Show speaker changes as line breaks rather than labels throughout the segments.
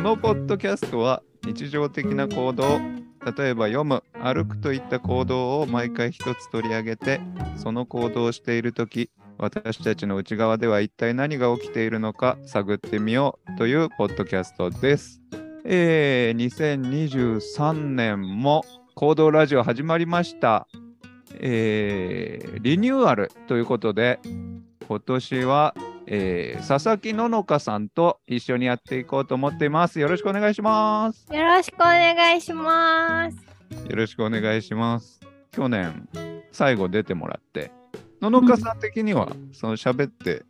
のポッドキャストは日常的な行動例えば読む歩くといった行動を毎回一つ取り上げてその行動をしている時私たちの内側では一体何が起きているのか探ってみようというポッドキャストです。えー、2023年も行動ラジオ始まりました。えーリニューアルということで今年は、えー佐々木ののかさんと一緒にやっていこうと思っています。よろしくお願いします。
よろしくお願いします。
よろしくお願いします。去年、最後出てもらって、ののかさん的には、その喋って、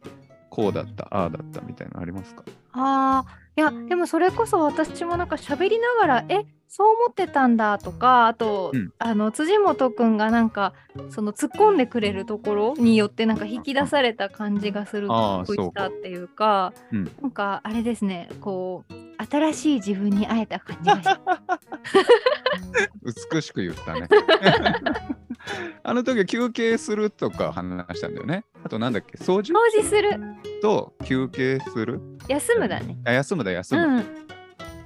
こうだった、ああだったみたいなのありますか
ああ、いや、でもそれこそ私もなんか喋りながら、え、そう思ってたんだとか、あと、
うん
あの辻元くんがなんかその突っ込んでくれるところによってなんか引き出された感じがする
あー
恋
そう
し
か
たっていうか、
うん
なんかあれですね、こう新しい自分に会えた感じが した。
美しく言ったね。 あの時は休憩するとか話したんだよね。あとなんだっけ、掃除
掃除する、
と休憩する。
休むだね。
あ休むだ、休
うん、
む。い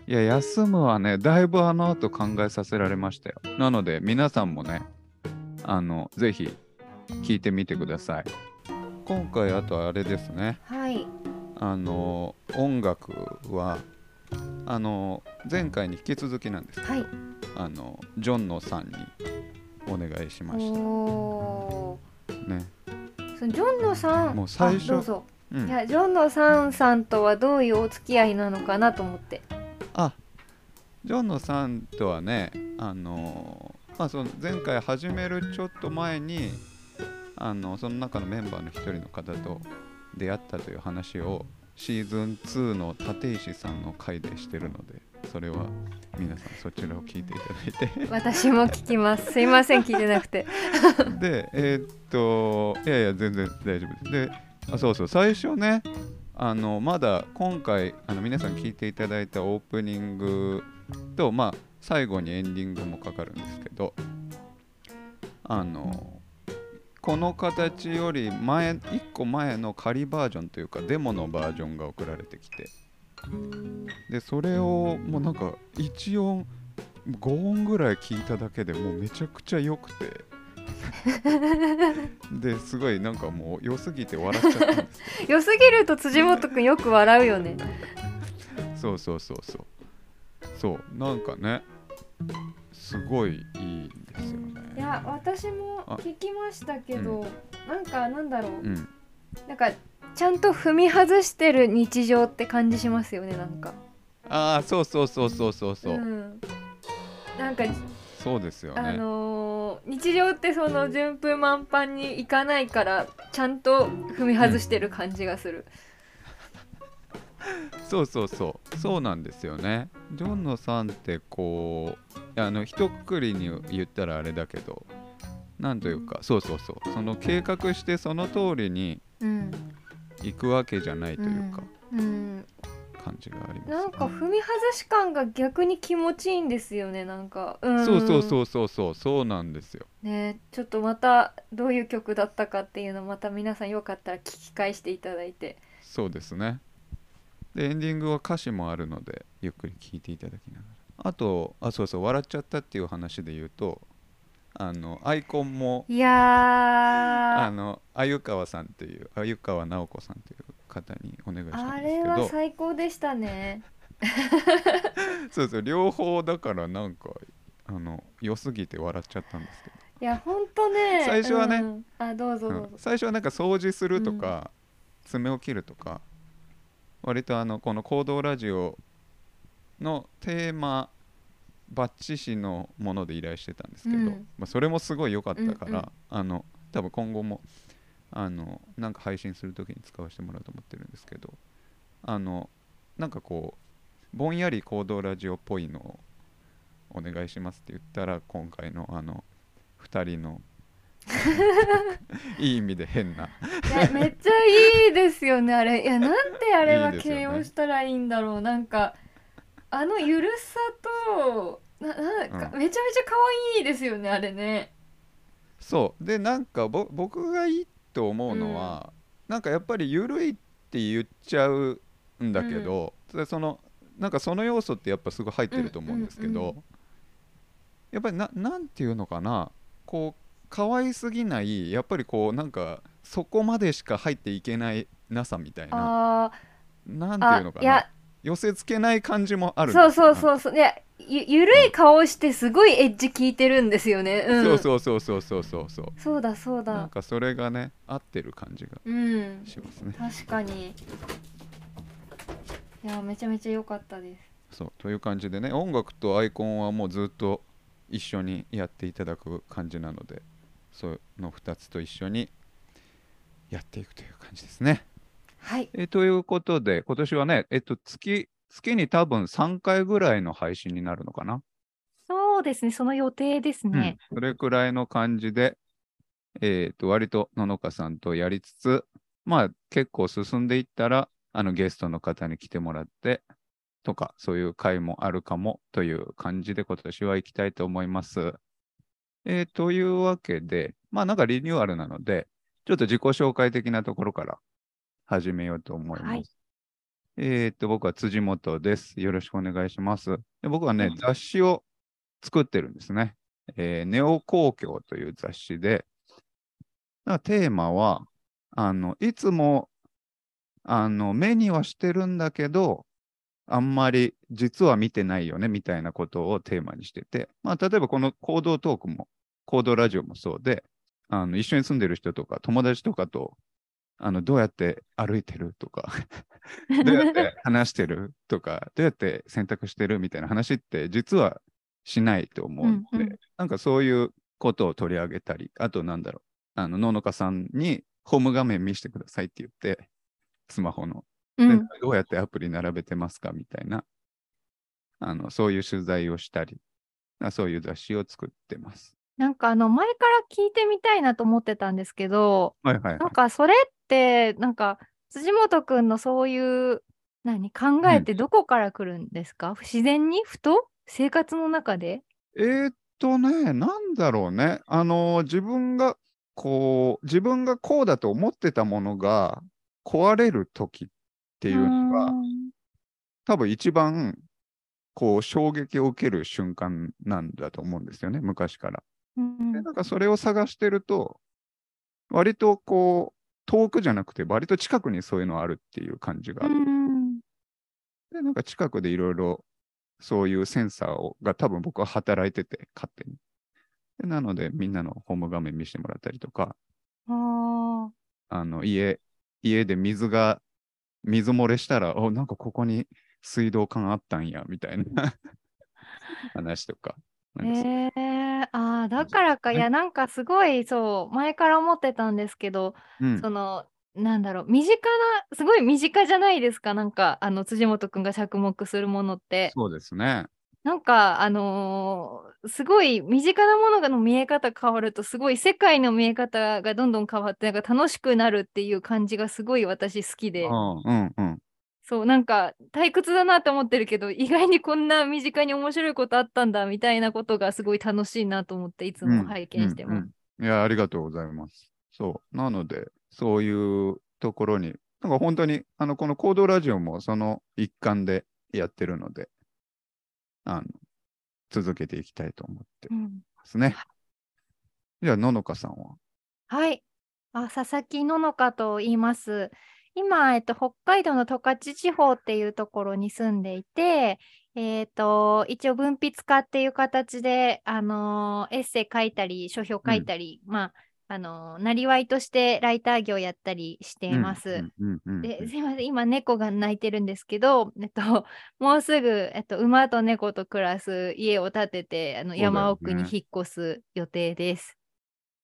や、休むはね、だいぶあの後考えさせられましたよ。なので、皆さんもね、あの、ぜひ聞いてみてください。今回、あとあれですね。
はい、
あの音楽はあの前回に引き続きなんですけど、
はい。
あのジョンノさんにお願いしまし
おー
たね。
そのジョンノさん、
もう最初
あどうぞ。
う
い
ん、
やジョンのサンさんとはどういうお付き合いなのかなと思っ て。
あジョンノさんとはねあの、まあ、その前回始めるちょっと前にあのその中のメンバーの一人の方と出会ったという話をシーズン2の立石さんの回でしてるのでそれは皆さんそちらを聞いていただいて。
私も聞きます。すいません聞いてなくて。
でえーっといやいや全然大丈夫ですであそうそう最初ねあのまだ今回あの皆さん聞いていただいたオープニングとまあ最後にエンディングもかかるんですけどあのこの形より前1個前の仮バージョンというかデモのバージョンが送られてきてでそれをもうなんか1音5音ぐらい聞いただけでもうめちゃくちゃ良くてですごいなんかもう良すぎて笑っちゃったんですけ
良すぎると辻元くんよく笑うよね。
どそうそうそうそうそうなんかねすごいいいんですよ
い
ね
や私も聞きましたけど、なんかなんだろう、
うん
なんかちゃんと踏み外してる日常って感じしますよねなんか。
ああそうそうそうそうそうそう、
ん、なんか、
そうですよ
あ
ね
のー日常ってその順風満帆にいかないからちゃんと踏み外してる感じがする。
そうそうそうそうなんですよねジョンノさんってこうあの一括りに言ったらあれだけどなんというかそうそうそうその計画してその通りに
うん。
行くわけじゃないというか、
うん。
感じがありますよ
な
ね
んか踏み外し感が逆に気持ちいいんですよねなんか、ん
そうそうそうそうそうそうなんですよ。
ねちょっとまたどういう曲だったかっていうのまた皆さんよかったら聞き返していただいて
そうですね。でエンディングは歌詞もあるのでゆっくり聴いていただきながら。あとあそうそう笑っちゃったっていう話で言うとあのアイコンも
いやー
あ
あ
の鮎川さんっていう鮎川直子さんという方にお願いしたんで
れは
すけど
最高でしたね
そうそう両方だからなんかあの良すぎて笑っちゃったんですけど。
いやほんとね
最初はね
うんあどうぞ
う
ど
ん
うぞ、
最初はなんか掃除するとか、爪を切るとか割とあのこの行動ラジオのテーマバッチ氏のもので依頼してたんですけど、
うん
まあ、それもすごい良かったから、
うんうん
あの多分今後もあのなんか配信する時に使わせてもらおうと思ってるんですけどあのなんかこうぼんやり行動ラジオっぽいのをお願いしますって言ったら今回のあの2人 の いい意味で変ない
やめっちゃいいですよねあれいやなんてあれはい
いですよね
形容したらいいんだろうなんかあのゆるさとななんか、
う
めちゃめちゃ可愛いですよねあれね
そうでなんかぼ僕がいいと思うのは、なんかやっぱり緩いって言っちゃうんだけど、それそのなんかその要素ってやっぱすごい入ってると思うんですけど、
うんうん
やっぱりななんていうのかなこう可愛すぎないやっぱりこうなんかそこまでしか入っていけないなさみたいな
あ
な
ー
んていうの
あ
か
い
な
や
寄せつけない感じもあるんです
そ
よ
うそうそうそういやゆゆるい顔してすごいエッジ効いてるんですよね、うん、
そうそうそうそうそうそうそう
そうだそう
なん
だ
かそれがね合ってる感じが
うん
しますね
確かにいやめちゃめちゃ良かったです
そうという感じでね音楽とアイコンはもうずっと一緒にやっていただく感じなのでその2つと一緒にやっていくという感じですね。
はい
えということで今年はね、えっと、月月に多分3回ぐらいの配信になるのかな、
そうですね、その予定ですね。
うんそれくらいの感じで、えっと割と野々花さんとやりつつまあ結構進んでいったらあのゲストの方に来てもらってとかそういう回もあるかもという感じで今年は行きたいと思います。えーというわけでまあなんかリニューアルなのでちょっと自己紹介的なところから始めようと思います。
はい
えっと僕は辻元です。よろしくお願いします。で僕はね、
うん
雑誌を作ってるんですね。えーネオ公共という雑誌で、なんかテーマは、あの、いつも、あの、目にはしてるんだけど、あんまり実は見てないよねみたいなことをテーマにしてて、まあ、例えばこの行動トークも、行動ラジオもそうで、あの一緒に住んでる人とか、友達とかと、あのどうやって歩いてると か、どうやって話してるとか、どうやって選択してるみたいな話って、実はしないと思うので、
うんうん
なんかそういうことを取り上げたり、あとなんだろう、あの農家さんにホーム画面見せてくださいって言って、スマホの。
う
で
ん、
どうやってアプリ並べてますかみたいなあの、そういう取材をしたり、あそういう雑誌を作ってます。
なんかあの前から聞いてみたいなと思ってたんですけど、
はいはい、はい
なんかそれってなんか辻元くんのそういう何考えってどこから来るんですか、不自然にふと生活の中で
えーっとね、なんだろうね、あの、自分がこう、自分がこうだと思ってたものが壊れる時っていうの
うー
が、
ん
多分一番こう衝撃を受ける瞬間なんだと思うんですよね、昔から。
うん
でなんかそれを探してると、割とこう、遠くじゃなくて、割と近くにそういうのあるっていう感じがあ
う
って、
ん
でなんか近くでいろいろそういうセンサーをが多分僕は働いてて、勝手に。でなので、みんなのホーム画面見せてもらったりとか、
あ
あの家、家で水が、水漏れしたら、おなんかここに水道管あったんや、みたいな 話とか。な
ー
んかそう
えー、あーだ
じ
からかい
ね
やなんかすごいそう前から思ってたんですけど
うん
そのなんだろう身近なすごい身近じゃないですかなんかあの辻元くんが着目するものって
そうですね。
なんかあのーすごい身近なものがの見え方変わるとすごい世界の見え方がどんどん変わってなんか楽しくなるっていう感じがすごい私好きで
うんうんうん。
そうなんか退屈だなと思ってるけど意外にこんな身近に面白いことあったんだみたいなことがすごい楽しいなと思っていつも拝見してます。
うんうんいや、ありがとうございます。そう。なので、そういうところに、なんか本当に、あの、この行動ラジオもその一環でやってるので、あの、続けていきたいと思って
う
ま
ん
すね。じゃあ、ののかさんは。
はい。あ、佐々木ののかと言います。今、えっと、北海道の十勝地方っていうところに住んでいて、えっと、一応文筆家っていう形で、あのーエッセイ書いたり、書評書いたり、まあ、あのーなりわいとしてライター業やったりしています。
うんうんうんうん
で、す いません、今猫が鳴いてるんですけど、えっと、 もうすぐ、えっと、馬と猫と暮らす家を建てて、あの
うだよね
山奥に引っ越す予定です。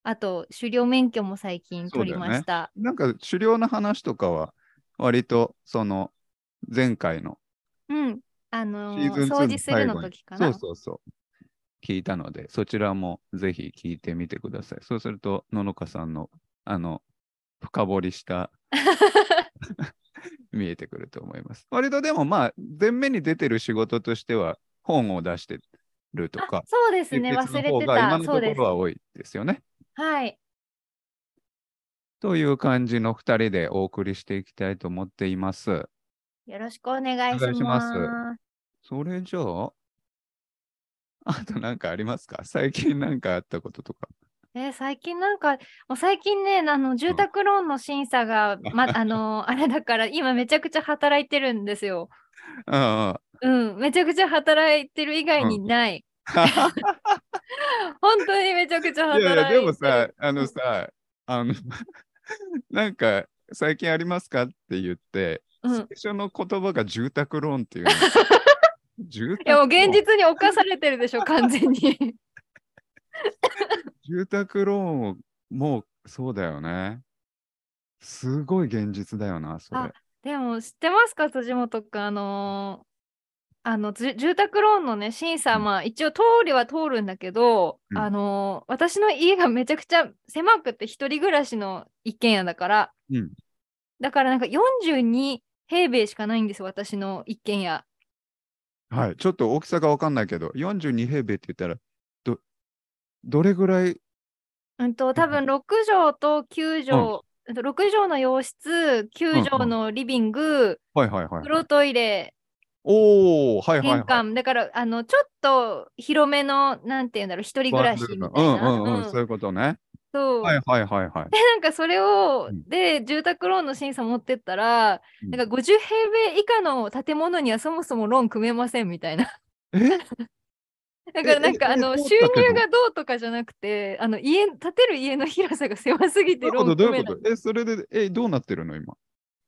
あと、狩猟免許も最近取りました。
なんか、狩猟の話とかは、割と、その、前回の
うん。あ
シ
のー
ーズン2
掃除する
最後
の
に
時か
そ
な。
うそうそう。聞いたので、そちらもぜひ聞いてみてください。そうすると、ののかさんの、あの、深掘りした 見えてくると思います。割とでもまあ、前面に出てる仕事としては、本を出してると
あ
か、
そうですね、
執筆
忘
の
れ
方
て
が今
た。
のと
そう
こ
で
ろ
す。
は多いですよね。
はい。
という感じの2人でお送りしていきたいと思っています。
よろしくお願いし
お願いし
ま。
ますす
それじゃあ、あとなんかありますか最近なんかあったこととか。
えー最近なんか、もう最近ね、あの住宅ローンの審査が、ま、あのーあれだから、今めちゃくちゃ働いてるんですよ。
あ
うん、めちゃくちゃ働いてる以外に
うん
ない。
あ。
本当にめちゃくちゃ働
い
いて
や
る。
いや、でもさ、あのさ、あの、 なんか、最近ありますかって言って、
うん、い
最初の言葉が住宅ローンってい うの。住宅
やもう現
ローン
実に侵されてるでしょ、完全に。
住宅ローンを、もうそうだよね。すごい現実だよな、それ
あ。でも知ってますか辻元君あのーあのじゅ住宅ローンのね審査、
うん
まあ一応通りは通るんだけど、
うん
あのー私の家がめちゃくちゃ狭くて一人暮らしの一軒家だから、
うん
だからなんか42平米しかないんですよ私の一軒家
はい、ちょっと大きさがわかんないけど、42平米って言ったら、ど、どれぐらい、
うんと多分6畳と9畳、うんと6畳の洋室9
うんう
畳
ん
のリビング、
はいはいはい
風呂トイレ
おお、はいはいはい。
玄関、だからあのちょっと広めのなんて言うんだろう一人暮らしみたいな、
うんうんうん、
うん
そういうことね。
そう、
はいはいはいはい。
なんかそれを
うん
で住宅ローンの審査持ってったら、
うん
なんか50平米以下の建物にはそもそもローン組めませんみたい な。
え
だからなん
え
かあの
ええ
収
そうだけど
入がどうとかじゃなくてあの家建てる家の広さが狭すぎ
どう
て
い
ロ
うこ
ーン
とど
組
う
め
いう
ない。い
ことえ、それで、え、どうなってるの今。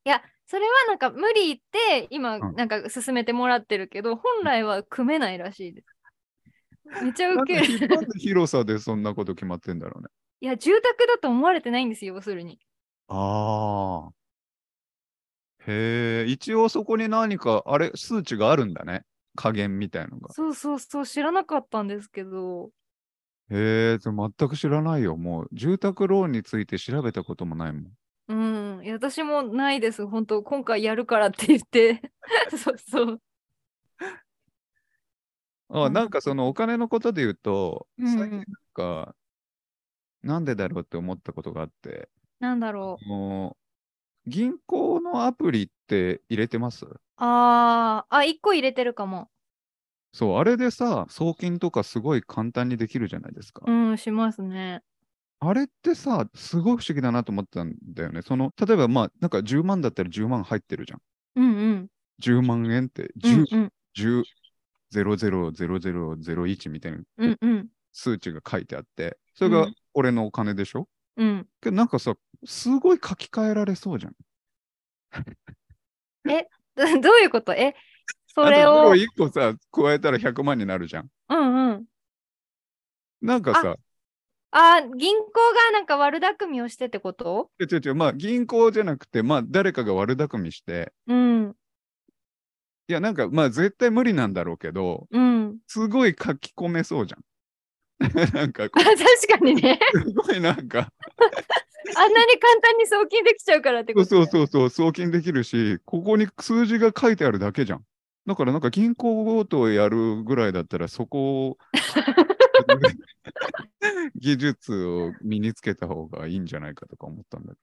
やそれはなんか無理言って今
うん
なんか進めてもらってるけど、本来は組めないらしいです。めちゃ
な
ウ
ん
ケ
で
る。
ひなんで広さでそんなこと決まってんだろうね。
いや住宅だと思われてないんですよ要するに。
ああ。へえ、一応そこに何か、あれ、数値があるんだね。加減みたいのが。
そうそうそう知らなかったんですけど。
へえ、それ全く知らないよ。もう、住宅ローンについて調べたこともないもん。
うん、いや私もないです、本当、今回やるからって言っ て、そうそう、
あ、
うん
なんかそのお金のことで言うと、
うんうん
最近なんか、なんでだろうって思ったことがあって、
なんだろう。
もう銀行のアプリって入れてます
あーあ、1個入れてるかも。
そう、あれでさ、送金とかすごい簡単にできるじゃないですか。
うん、しますね。
あれってさ、すごい不思議だなと思ったんだよね。その、例えばまあ、なんか10万だったら10万入ってるじゃん。
うんうん。
10万円って
う
10、
んうん。
10、000001みたいな
うんうん。
数値が書いてあって、それが
うん
俺のお金でしょ、
うん、
けどなんかさ、すごい書き換えられそうじゃん。
ど どういうことえ、それ
あ
を
と。0 1個さ、加えたら100万になるじゃん。
うんうん。
なんかさ、
あー銀行がなんか悪巧みをしてってこと
違う違う、まあ銀行じゃなくて、まあ誰かが悪巧みして、
うん
いやなんかまあ絶対無理なんだろうけど、
うん。
すごい書き込めそうじゃん。 なんかこ
あ 確かに ね。
う、すごいなんか、
あんなに簡単に送金できちゃうからって
そ
こ
う
と
そう
う。
そうそう、送金できるし、ここに数字が書いてあるだけじゃん。だからなんか銀行ごとやるぐらいだったら、そこ を、技術を身につけた方がいいんじゃないかとか思ったんだけ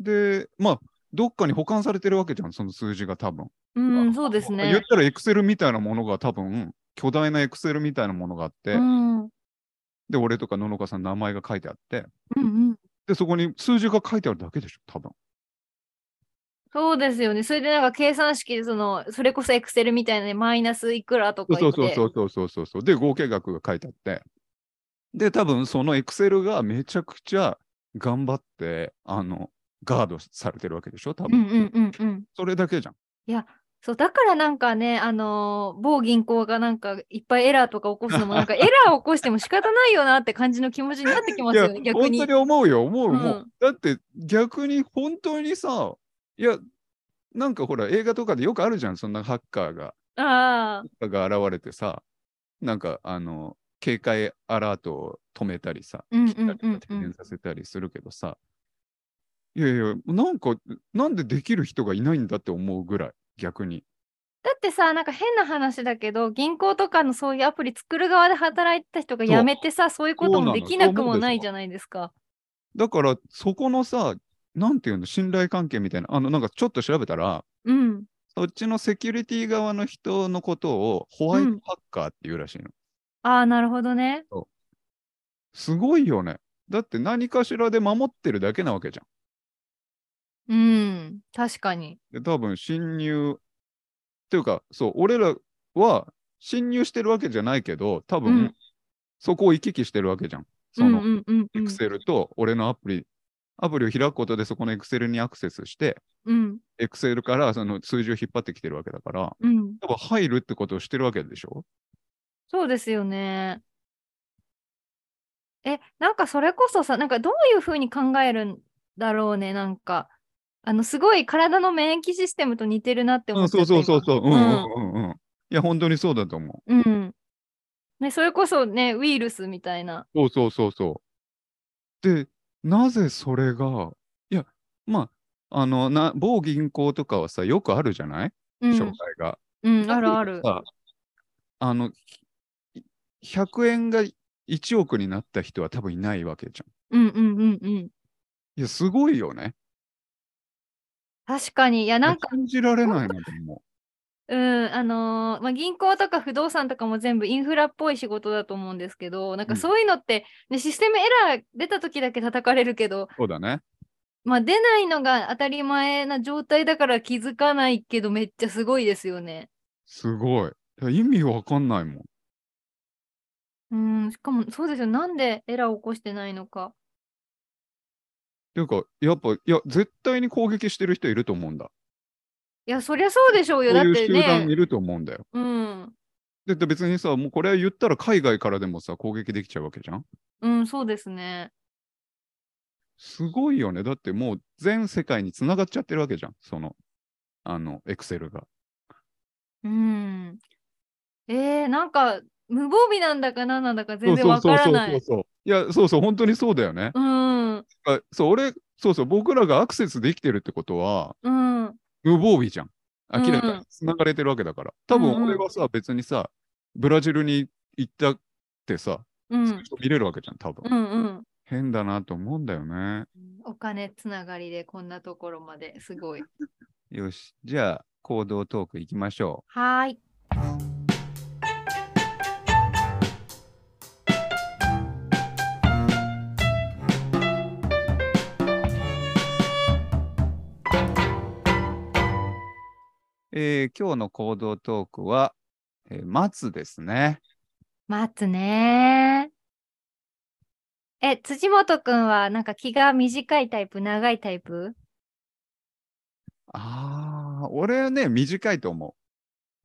ど。で、まあ、どっかに保管されてるわけじゃん、その数字が多分。
うん、そうです
言っ
ね。
たらエクセルみたいなものが多分、巨大なエクセルみたいなものがあって、
うん。うん
で、俺とか野々花さんの名前が書いてあって、
うん。
で、そこに数字が書いてあるだけでしょ、多分。
そうですよね。それでなんか計算式でその、それこそエクセルみたいなね、マイナスいくらとか
そ
言
う
って。
そうそうそうそうそうそう。で、合計額が書いてあって。で、多分そのエクセルがめちゃくちゃ頑張って、あの、ガードされてるわけでしょ、多
う
分。
んうんうんうん。
それだけじゃん。
そう、だからなんかね、あのー某銀行がなんかいっぱいエラーとか起こすのも、なんか エラー起こしても仕方ないよなって感じの気持ちになってきま
い
す
や
よね、、逆
本
に。
当に思うよ、思う、
うん
思う。だって逆に本当にさ、いや、なんかほら、映画とかでよくあるじゃん、そんなハッカーが、
ああ、
が現れてさ、なんかあの、警戒アラートを止めたりさ、
うん
切った
う
り
ん
と
う
か
ん
停
うん
電。させたりするけどさ、いやいや、なんか、なんでできる人がいないんだって思うぐらい、逆に。
だってさ、なんか変な話だけど、銀行とかのそういうアプリ作る側で働いてた人が
そう
辞めてさ、そういうことも
そうな
で
の
きなく
そう思
も
うでしょ
ないじゃないですか。
だから、そこのさ、なんていうの、信頼関係みたいな、あの、なんかちょっと調べたら、
うん。
そっちのセキュリティ側の人のことをホワイトハッカーっていうらしいの。
ああ、なるほどね。
すごいよね。だって何かしらで守ってるだけなわけじゃん。
うん、確かに。
で多分侵入っていうかそう俺らは侵入してるわけじゃないけど多分、
うん
そこを行き来してるわけじゃん。そ
うんう
の
んうんう
エ
ん
クセルと俺のアプリ、アプリを開くことでそこのエクセルにアクセスして
うん
エクセルからその数字を引っ張ってきてるわけだから
うん。
多分入るってことをしてるわけでしょ
そうですよね。え、なんかそれこそさ、なんかどういうふうに考えるんだろうね、なんか。あの、すごい体の免疫システムと似てるなって
う
思っ
ん、
ちゃ
そ
っ
う
た
そうそうそう。うんうん
今
うんうん。いや、本当にそうだと思
今うん。ね、それこそね、ウイルスみたいな。
う。そうそうそうそう。で、なぜそれが、いや、まあ、あの、な某銀行とかはさ、よくあるじゃない
うん、
障害が。
うん、あるある。
さあの、ひ100円が1億になった人は多分いないわけじゃん。
うんうんうんうん。
いや、すごいよね。
確かに。いや、なんか、
感じられないなと思
うん、あのーまあ、銀行とか不動産とかも全部インフラっぽい仕事だと思うんですけど、なん
う
か
ん
そういうのって、ね、システムエラー出た時だけ叩かれるけど、
う。そうだね。
まあ、出ないのが当たり前な状態だから気づかないけどめっちゃすごいですよね。
すごい。いや意味わかんないもん。
うんしかもそうですよなんでエラーを起こしてないのか。
ていうか、やっぱ、いや、絶対に攻撃してる人いると思うんだ。
いやそりゃそうでしょう
そ
よ
う
だっ
いう
て
集団
ね。
いると思うんだよ。
うん、
だって別にさ、もうこれは言ったら海外からでもさ、攻撃できちゃうわけじゃん。
うん、そうですね。
すごいよね。だってもう全世界につながっちゃってるわけじゃん。その、あの、エクセルが。
うん。えー、なんか無防備なんだか何なんだか
そ
全
う
然
そう
わ
そ
か
う
ら
そう
な
そう
い。
そう。いや、そうそう、本当にそうだよね。
うん、うん、
あそう、俺、そうそう、僕らがアクセスできてるってことは、
うん、
無防備じゃん。明らか
うん
につながれてるわけだから。多分俺はさ、別にさ、ブラジルに行ったってさ、
う、
そういうん人見れるわけじゃん、多分。
うん。
変だなと思うんだよね。
お金つながりでこんなところまですごい。
よし、じゃあ、行動トーク行きましょ
はーい。
う。えー今日の行動トークは、えー松ですね。
待つねー。え、辻元くんはなんか気が短いタイプ、長いタイプ
ああ、俺はね、短いと思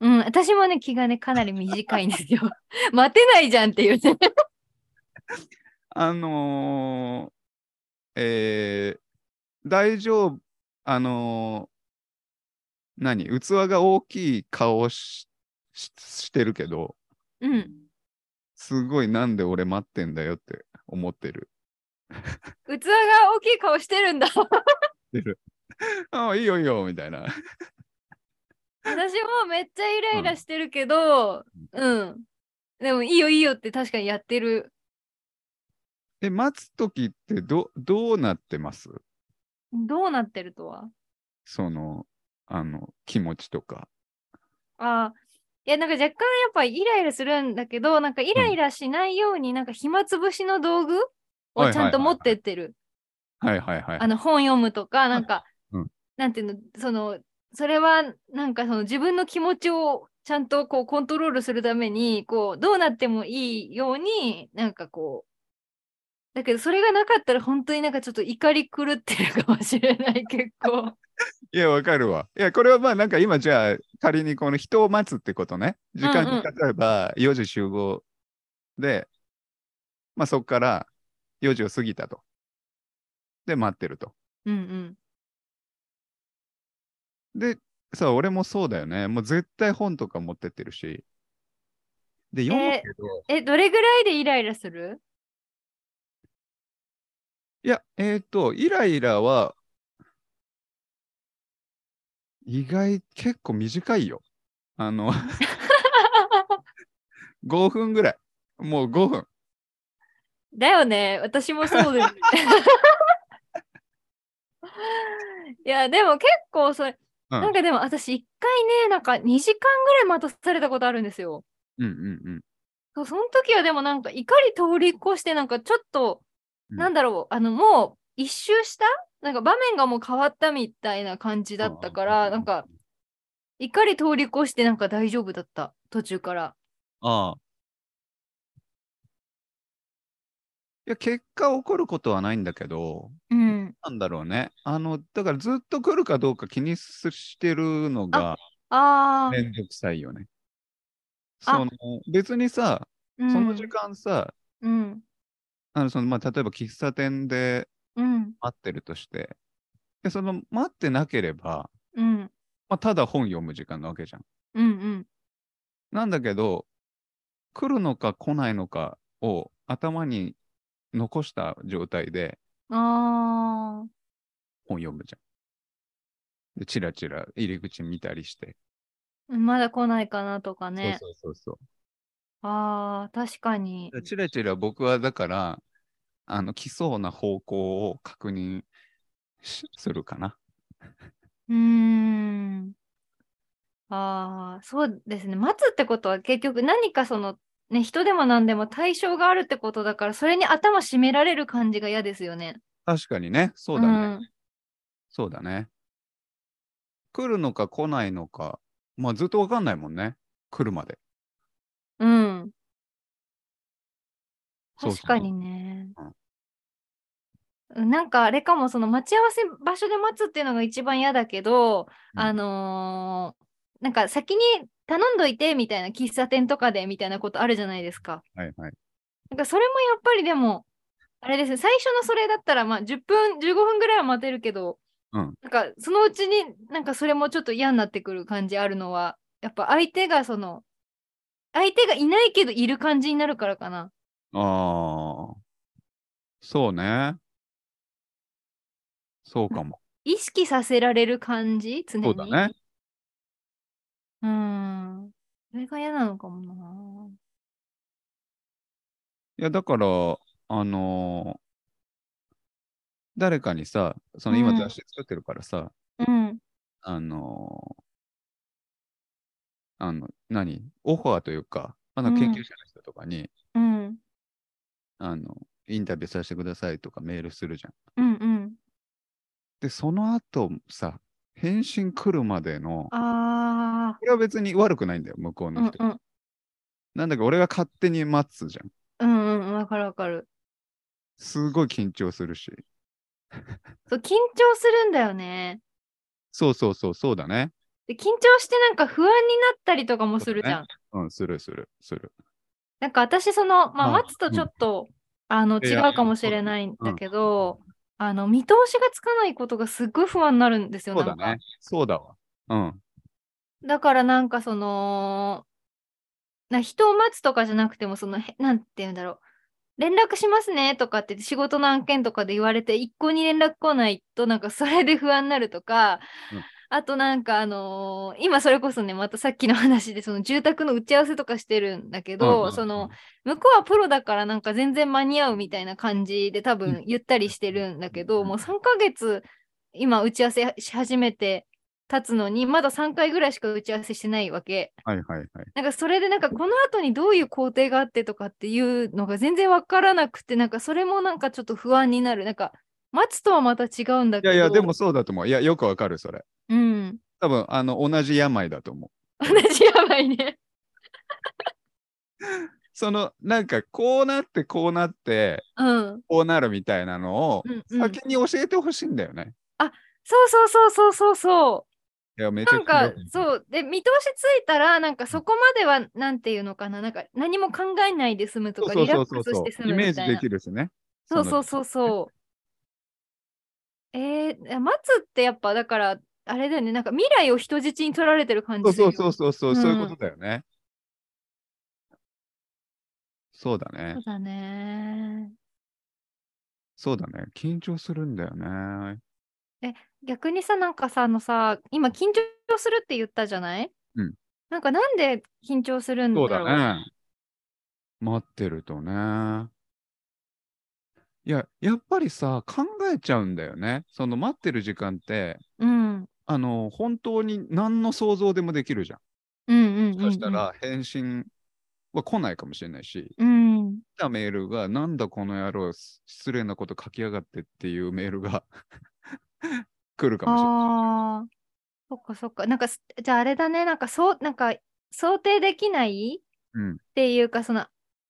うん、私もね、気がね、かなり短いんです よ。待てないじゃんっていうね。
う。あのーえー大丈夫、あのー何、器が大きい顔をしししてるけど、
うん。
すごいなんで俺待ってんだよって思ってる。
器が大きい顔してるんだ。
ああ、いいよいいよ、みたいな。
私もめっちゃイライラしてるけど、うん。でも、いいよいいよって確かにやってる。
え、待つときってど、どうなってます
どうなってるとは
その、あの、気持ちとか。
ああ。いや、なんか若干やっぱイライラするんだけど、なんかイライラしないように、なんか暇つぶしの道具
はいはいはいは
を
い
ちゃんと持ってってる。
はいはいはい。
あの本読むとか、なんか、
うん
なんていうの、その、それはなんかその自分の気持ちをちゃんとこうコントロールするために、こう、どうなってもいいように、なんかこう、だけどそれがなかったら本当になんかちょっと怒り狂ってるかもしれない、結 構。
いや、わかるわ。いや、これはまあなんか今じゃあ仮にこの人を待つってことね。時間
うんう
に
ん
例えば4時集合で、まあそこから4時を過ぎたと。で、待ってると。
うんうん。
で、さ、俺もそうだよね。もう絶対本とか持ってってるし。で、読むけど、
え、どれぐらいでイライラする
いや、えっ、と、イライラは、意外、結構短いよ。あの、5分ぐらい。もう5分。
だよね、私もそう です。いや、でも結構それ、
うん
なんかでも私一回ねなんか2時間ぐらい待たされたことあるんですよ。
うんうんうん。
そうその時はでもなんか怒り通り越してなんかちょっと、
うん
なんだろうあのもう一周したなんか場面がもう変わったみたいな感じだったからなんか怒り通り越してなんか大丈夫だった途中から。
ああ。いや、結果起こることはないんだけど、
うん、
なんだろうね。あの、だからずっと来るかどうか気にすしてるのが
ああ、
めんどくさいよね。
あ
その別にさ、
うん、
その時間さ、
うん
あのそのまあ、例えば喫茶店で
うん
待ってるとして、でその待ってなければ、
うん
まあ、ただ本読む時間なわけじゃん。
うんうん
なんだけど、来るのか来ないのかを頭に残した状態で
あ
本読むじゃん。で、チラチラ入り口見たりして。
あまだ来ないかなとかね。
そうそうそう
ああ確かに
そ。う。チラチラ僕はだから、あの、来そうな方向を確認しするかな。
うーん。ああ、そうですね。待つってことは結局何かその、ね、人でも何でも対象があるってことだから、それに頭締められる感じが嫌ですよね。
確かにね、そうだね。そうだね。来るのか来ないのか、まあずっとわかんないもんね。来るまで。
うん。うん。
そうそう
確かにね。うんなんかあれかも、その待ち合わせ場所で待つっていうのが一番嫌だけど、
うん
あのーなんか先に頼んどいてみたいな喫茶店とかでみたいなことあるじゃないですか。
はいはい。
なんかそれもやっぱりでも、あれですね、最初のそれだったら、まあ10分、15分ぐらいは待てるけど、
うん
なんかそのうちになんかそれもちょっと嫌になってくる感じあるのは、やっぱ相手がその、相手がいないけどいる感じになるからかな。
ああ。そうね。そうかも。
意識させられる感じ常に。
そうだね。。
うん。それが嫌なのかも
いや、だから、あのー誰かにさ、その今
うん
雑誌作ってるからさ、
な。うん。
あのーあの、何オファーというか、あ
う
の
ん
研究者の人とかに、
うん。
あの、インタビューさせてくださいとかメールするじゃ
う
ん。
んうん。
で、その後さ、返信来るまでの、
あ
これは別に悪くないんだよ、向こう
あ。う
の
ん
人。
うん。
なんだか俺が勝手に待つじゃん。
うんうん。わかるわかる。
すごい緊張するし。
そう、緊張するんだよね。
そうそうそう、そうだね。
で緊張してなんか不安になったりとかもするじゃん。
そうん、するするする。
なんか私その、まあ、
まあ
待つとちょっと、あの
いや
違うかもしれないんだけど、あの見通しがつかないことがすっごい不安になるんですよ。
そう
な
だ
ん
ね
か。
そうだわ。うん。
だからなんかそのな人を待つとかじゃなくてもそのへなんて言うんだろう連絡しますねとかって仕事の案件とかで言われて一向に連絡来ないとなんかそれで不安になるとか、
うん
あとなんかあのー今それこそねまたさっきの話でその住宅の打ち合わせとかしてるんだけど、
うんうん
その向こうはプロだからなんか全然間に合うみたいな感じで多分ゆったりしてるんだけど、
うん
もう3ヶ月今打ち合わせし始めて経つのにまだ3回ぐらいしか打ち合わせしてないわけ
はいはいはい。
なんかそれでなんかこの後にどういう工程があってとかっていうのが全然わからなくてなんかそれもなんかちょっと不安になるなんか待つとはまた違うんだ
い
けど
やいや、でもそうだと思う。いや、よくわかる、それ。
うん
多分、あの、同じ病だと思う。
同じやばいね
その、なんか、こうなって、こうなって、
うん
こうなるみたいなのを
う、ん、うん、
先に教えてほしいんだよね。
そうそうそうそうそうそう
いや、めち
な
ゃ
ん
くちゃ
か
よく。
そうで見通しついたらなんかそこまではなんていうのかななんか何も考えないで済むとか
そう
リラ
そう
ッ
そ
ク
う
ス
そ
して
う。
済
イ
む
メー
み
ジ
たい
で
な
きるしね。
そうそうそうそうえー、待つってやっぱだからあれだよねなんか未来を人質に取られてる感
そ
じす
う
る
そ
よ
うそうそうそう、
うん
そういうことだよね。そうだね
そう。だね
そうだね。緊張するんだよね。
逆にさなんかさあのさ今緊張するって言ったじゃない
うん
なんかなんで緊張するんだ
そう
ろう
だね。待ってるとね。いや、やっぱりさ、考えちゃうんだよね。その待ってる時間って、
うん
ああの本当に何の想像でもできるじゃん。
うんうんうん、うん。
そしたら返信は来ないかもしれないし、
うん。
来たメールがなんだこの野郎失礼なこと書きやがってっていうメールが 来るかもしれない。
ああー、そっかそっか。なんかす、じゃああれだね、なんか、そう、なんか、想定できない、
うん
っていうか、その、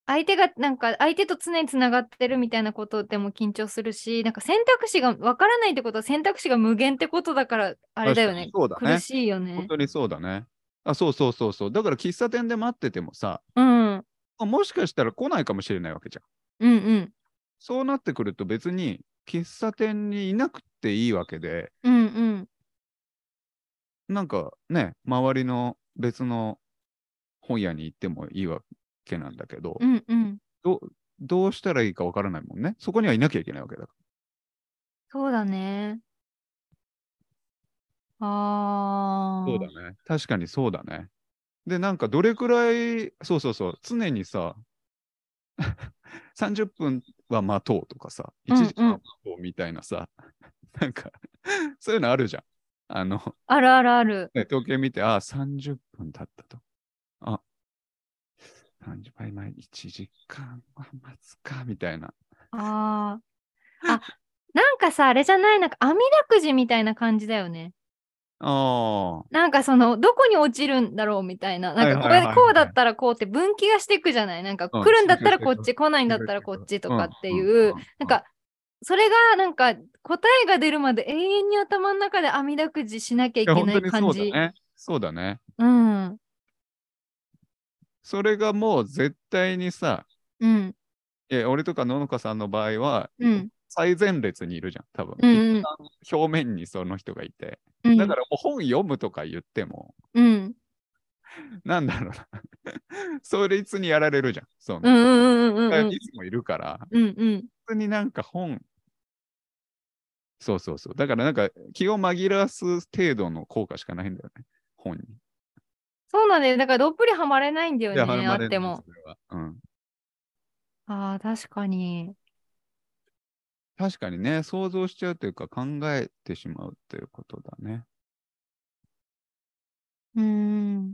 相手が、なんか、相手と常につながってるみたいなことでも緊張するし、なんか選択肢が、わからないってことは選択肢が無限ってことだから、あれだよね。
確かにそうだね
苦しいよ
本
ね。
当にそうだね。あ、そうそうそうそう。だから喫茶店で待っててもさ、
うん。うん
あもしかしたら来ないかもしれないわけじゃん。
うん。
そうなってくると別に喫茶店にいなくていいわけで、
うんうん。
なんかね、周りの別の本屋に行ってもいいわけなんだけど、
うんうん。
どどうしたらいいかわからないもんね。そこにはいなきゃいけないわけだか
そうだね。ああ。
ら。ね。確かにそうだね。で、なんかどれくらい、そうそうそう、常にさ、30分は待とうとかさ、
うんうん
1時間は待とうみたいなさ、なんか、そういうのあるじゃん。あの、
あるあるある。
ね、時計見て、ああ、30分経ったと。あ、30分前、1時間は待つか、みたいな。
ああ。あ、なんかさ、あれじゃない、なんか網だくじみたいな感じだよね。
ああ、
なんかその、どこに落ちるんだろうみたいな。なんかこ
はいはい
れ
はいはい
こうだったらこうって分岐がしていくじゃないなんか
うん
来るんだったら
していく
こ
していく
っち、来ないんだったらこっちとかってい
んんん
う、
ん
なんか、それがなんか答えが出るまで永遠に頭の中で網だくじしなきゃい
いや
け
本
な
当
い
に
感
そう
じ。
だね。そうだね。
うん。
それがもう絶対にさ、
うん。
いや俺とか野々花さんの場合は、
うん。
最前列にいるじゃん、多分。
うんうん
一番表面にその人がいて。
うん。
だからもう本読むとか言っても、
うん。
なんだろうな。 それいつにやられるじゃん。そ
うんう
の、
んうんうんうん。
いつもいるから、
うんうん。
普通になんか本、そうそうそう。だからなんか気を紛らわす程度の効果しかないんだよね、本に。
そうなんだよ。だからどっぷりはまれないんだよ
いやは
ね。あ
まれない
っても。
それはうん。
ああ、確かに。
確かにね、想像しちゃうというか考えてしまうということだね。
うーん。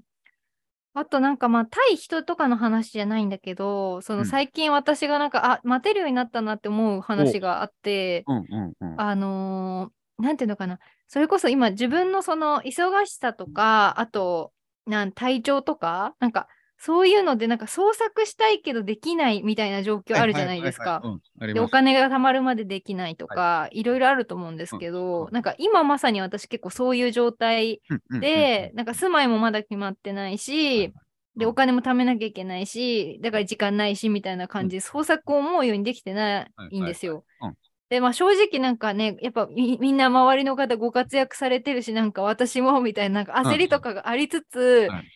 あとなんかまあ対人とかの話じゃないんだけど、そ
うん
の最近私がなんか、あ、待てるようになったなって思う話があって、
うんうんうん。
あのーなんていうのかな、それこそ今自分のその忙しさとか、あと、なん体調とか、なんかそういうのでなんか創作したいけどできないみたいな状況あるじゃないですか。
はははは。うん、あり
でお
ます。
金が貯まるまでできないとか、い、ろいろあると思うんですけど、
うん
なんか今まさに私結構そういう状態
うんうんうん
で、なんか住まいもまだ決まってないし、
はい
でお金も貯めなきゃいけないしだから時間ないしみたいな感じで創作を思うようにできてな
はい
いんですよ。
はいはいうん
でまあ正直なんかねやっぱみみんな周りの方ご活躍されてるしなんか私もみたいななんか焦りとかがありつつ、
はい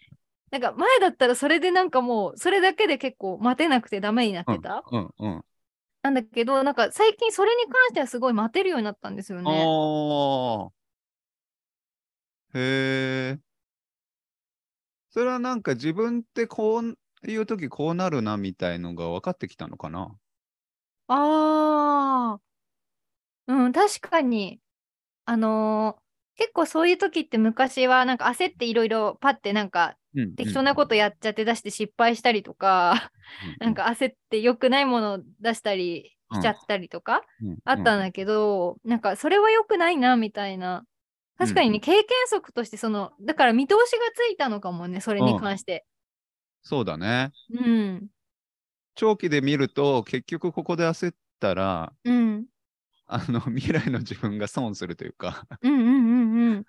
なんか前だったらそれでなんかもうそれだけで結構待てなくてダメになってた、
うんうん。
なんだけどなんか最近それに関してはすごい待てるようになったんですよ
あ
ね。
ーへえ。それはなんか自分ってこういう時こうなるなみたいのが分かってきたのかな
ああ、うん、確かに。あのー結構そういう時って昔はなんか焦っていろいろパッてなんか
うん
適当なことやっちゃって出して失敗したりとか、なんか焦って良くないもの出したりしちゃったりとかあったん
ね。
だけど、なんかそれは良くないなみたいな。確かにね、経験則としてその、だから見通しがついたのかもね、それに関して。
そうだね。
うん、
長期で見ると結局ここで焦ったら、
うん、
あの 未来の自分が損するというか、
うん、うん、うん、 うん。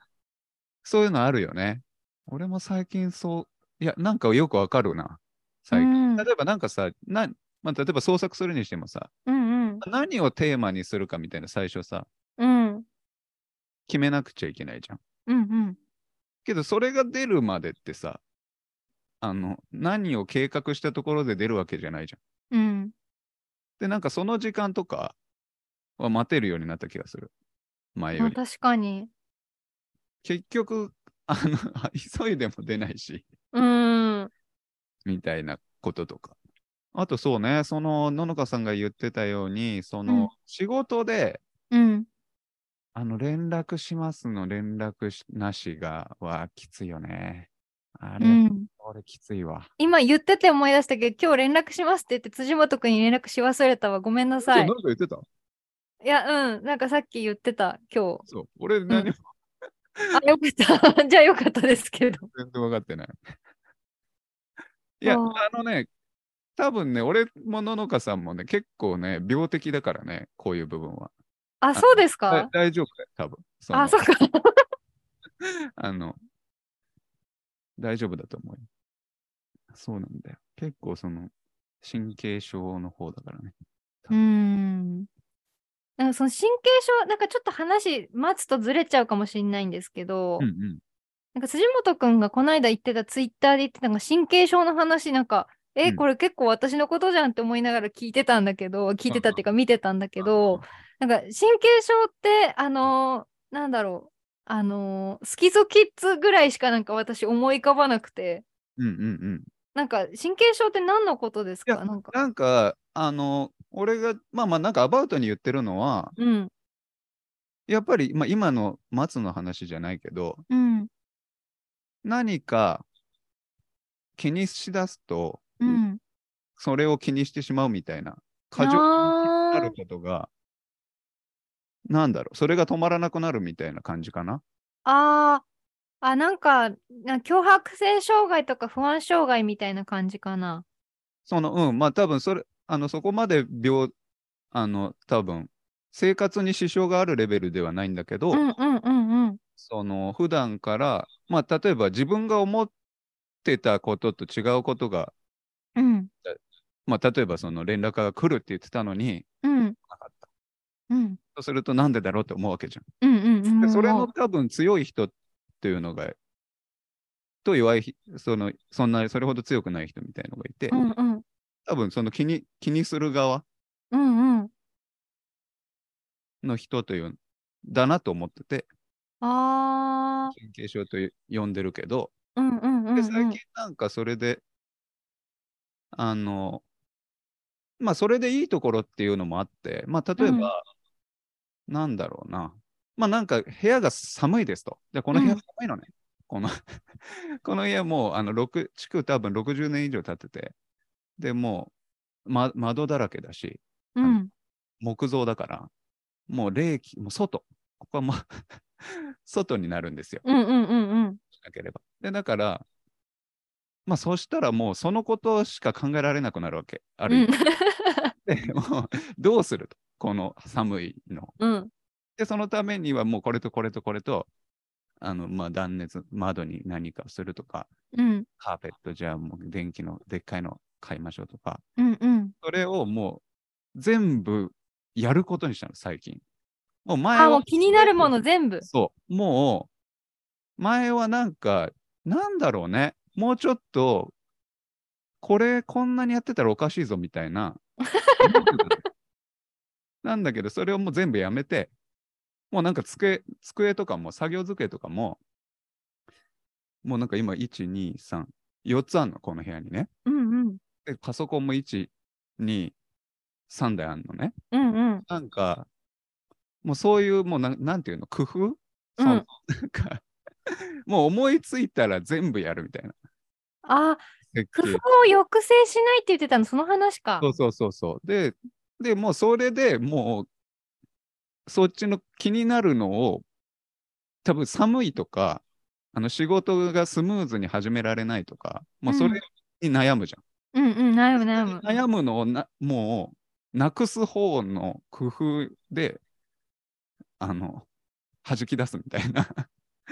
そういうのあるよね。俺も最近そう、いや、なんかよくわかるな。最近。
うん
例えばなんかさ、なまあ、例えば創作するにしてもさ、
うん、
何をテーマにするかみたいな最初さ、
うん、うん、
決めなくちゃいけないじゃん。
うん、
けどそれが出るまでってさ、あの、何を計画したところで出るわけじゃないじゃん。
うん。
で、なんかその時間とかは待てるようになった気がする。前よ
まあ、
り。
確かに。
結局、あの、 急いでも出ないし。
うーん。
みたいなこととか。あとそうね、その、ののかさんが言ってたように、その、
うん
仕事で
うん。
あの、連絡しますの連絡しなしがはきついよね。あれ、
うん、
俺きついわ。
今言ってて思い出したけど今日連絡しますって言って辻元君に連絡し忘れたわごめんなさい
か言ってた
いやうんなんかさっき言ってた今日
そう。俺何も
あよかった じゃあよかったですけど
全然分か ってない。いや、
あー
あのね、多分ね、俺もののかさんもね、結構ね、病的だからね、こういう部分は。
あそうです
だ
か
大丈夫だよ、多分その
あそっか
あの、大丈夫だと思うよ。そうなんだよ。結構その、神経症の方だからね。
うんなんかその神経症なんかちょっと話待つとずれちゃうかもしれないんですけど、
うんうん。
なんか辻元くんがこの間言ってたツイッターで言ってたのが神経症の話なんかえ、
うん
これ結構私のことじゃんって思いながら聞いてたんだけど聞いてたっていうか見てたんだけど、なんか神経症ってあのーなんだろうあのースキゾキッズぐらいしかなんか私思い浮かばなくて
うんうんうん。
なんか神経症って何のことです
い
か
や
なんか
なんか、あの、俺が、まあまあ、なんかアバウトに言ってるのは、
うん
やっぱり、まあ、今の松の話じゃないけど、
うん
何か気にしだすと、
うん
それを気にしてしまうみたいな、過剰に
あ
あ
ー
ることが、なんだろう、それが止まらなくなるみたいな感じかな。
あーあなんかな脅迫性障害とか不安障害みたいな感じかな
その、うん、まあ多分それ、あの、そこまで病、あの、多分、生活に支障があるレベルではないんだけど、
うんうんうんうん
その、普段から、まあ例えば自分が思ってたことと違うことが、
うん
まあ例えばその連絡が来るって言ってたのに、
うん
来なかった。
うん
そうするとなんでだろうって思うわけじゃん。
うんうんうん
でそれ
も
の
う
多分強い人っていうのが、と弱いひ、その、そんな、それほど強くない人みたいのがいて、
うんうん
多分その気に、気にする側
うんうん
の人という、だなと思ってて、
あー
神経症と呼んでるけど、
うんうんうんう
で
ん
最近なんかそれで、あの、まあそれでいいところっていうのもあって、まあ例えば、なんだろうな、まあなんか部屋が寒いですと。じゃあこの部屋
うん
寒いのね。この、 この家もう、あの、六築多分60年以上経ってて、でもう、ま、窓だらけだし、
うん
木造だから、もう冷気、もう外、ここはもう 外になるんですよ。
うんうんうんうん
なければ。で、だから、まあ、そしたらもうそのことしか考えられなくなるわけ。ある意味で、もうどうすると、この寒いの。
うんうん
で、そのためにはもうこれとこれとこれと、あの、まあ、断熱、窓に何かするとか、
うん
カーペットじゃあもう電気のでっかいの買いましょうとか、
うんうん
それをもう全部やることにしたの、最近。もう前は
あもう気になるもの全部
そう、もう、前はなんか、なんだろうね、もうちょっと、これ、こんなにやってたらおかしいぞみたいな。思ってたのなんだけど、それをもう全部やめて、もうなんか机机とかも、作業机とかも、もうなんか今、1、2、3、4つあんの、この部屋にね。
うんうん
で、パソコンも1、2、3台あんのね。
うんうん
なんか、もうそういう、もうなんなんていうの、工夫、
う
そ
ん
のなんか、 もう思いついたら全部やるみたいな。
あ
設
工夫
計
を抑制しないって言ってたのその話か
そうそうそうそう。で、でもうそれでもう、そっちの気になるのを、多分寒いとか、あの仕事がスムーズに始められないとか、もうそれに悩むじゃん。
うんうん悩む悩む
悩むのをなもうなくす方の工夫であの弾き出すみたいな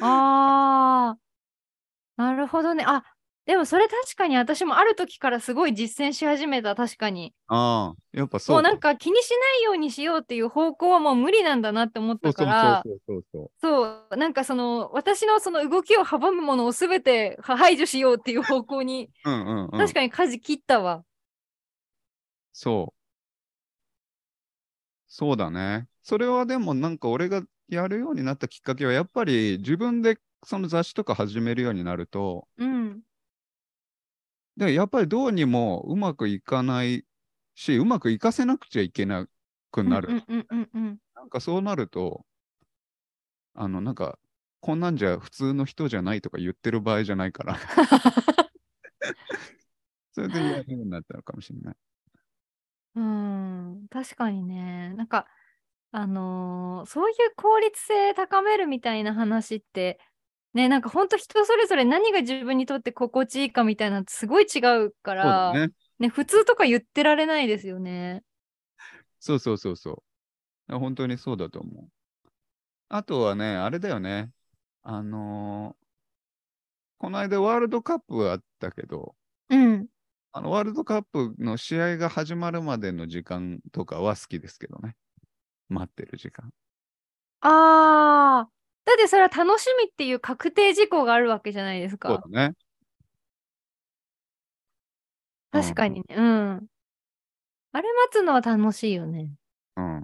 あーなるほどねあでもそれ確かに私もある時からすごい実践し始めた確かに
ああやっぱそう
もうなんか気にしないようにしようっていう方向はもう無理なんだなって思っ
そう
たか
そう
ら
そうそうそう
そうなんかその私のその動きを阻むものを全て排除しようっていう方向に
そううんうん、うん、
確かに舵切ったわ。
そうそうだねそれはでもなんか俺がやるようになったきっかけはやっぱり自分でその雑誌とか始めるようになると
うん。
でやっぱりどうにもうまくいかないしうまくいかせなくちゃいけなくなる
うんうんうんうん。
なんかそうなると、あの、なんか、こんなんじゃ普通の人じゃないとか言ってる場合じゃないから、それで言われるようになったのかもしれない。
うん、確かにね。なんか、あのーそういう効率性高めるみたいな話って、ね、なんか本当人それぞれ何が自分にとって心地いいかみたいなのすごい違うか
そうだ
ら、
ね。
ね、普通とか言ってられないですよね。
そうそうそうそう。あ本当にそうだと思う。あとはね、あれだよね。あのーこの間ワールドカップがあったけど、
うん。
あのワールドカップの試合が始まるまでの時間とかは好きですけどね。待ってる時間。
ああ、だってそれは楽しみっていう確定事項があるわけじゃないです
そう
か。
だね。うん
確かにね。うん。あれ待つのは楽しいよね。
うん。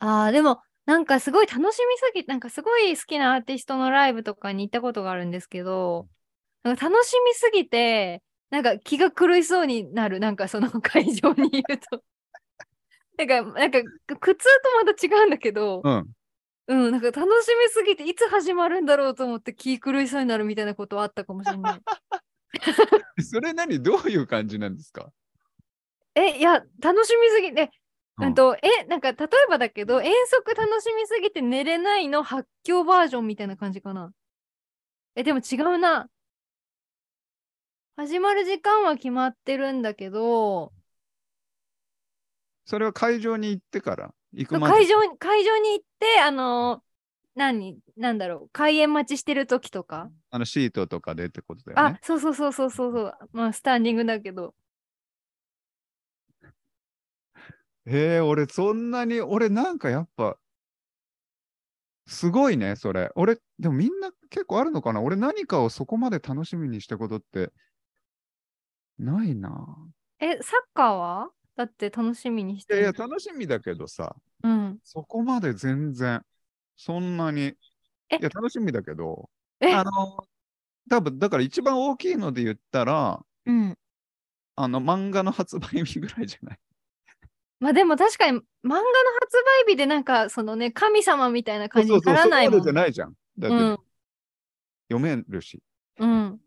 ああ、でも、なんかすごい楽しみすぎ、なんかすごい好きなアーティストのライブとかに行ったことがあるんですけど、なんか楽しみすぎて、なんか気が狂いそうになる、なんかその会場にいると。 なんか、なんか苦痛とまた違うんだけど、
うん。
うん、なんか楽しみすぎて、いつ始まるんだろうと思って気狂いそうになるみたいなことはあったかもしれない。
それ何どういう感じなんですか
え、いや、楽しみすぎて、
うん
うんと、え、なんか例えばだけど、遠足楽しみすぎて寝れないの発狂バージョンみたいな感じかな。え、でも違うな。始まる時間は決まってるんだけど、
それは会場に行ってから行くまで。
会場に会場に行って、あの何、なんだろう、開演待ちしてる時とか。
あのシートとかでってことだよ
あ
ね。、
そうそうそうそうそうそう。まあ、スタンディングだけど。
へえ、俺そんなに、俺なんかやっぱ、すごいね、それ。俺、でもみんな結構あるのかな俺何かをそこまで楽しみにしたことって、ないな。
え、サッカーはだって楽しみにし
い
て
や
る。
いや、楽しみだけどさ、
うん。
そこまで全然、そんなに。い
え
や、楽しみだけど、
え
あの、多分だから一番大きいので言ったら、
うん。
あの、漫画の発売日ぐらいじゃない。
まあでも確かに漫画の発売日でなんかそのね神様みたいな感じ
そう
に
そう
なら
そう
ない
そ
も
こまでじゃ
ん。
ないじゃん。だって、
うん
読めるし。
うん。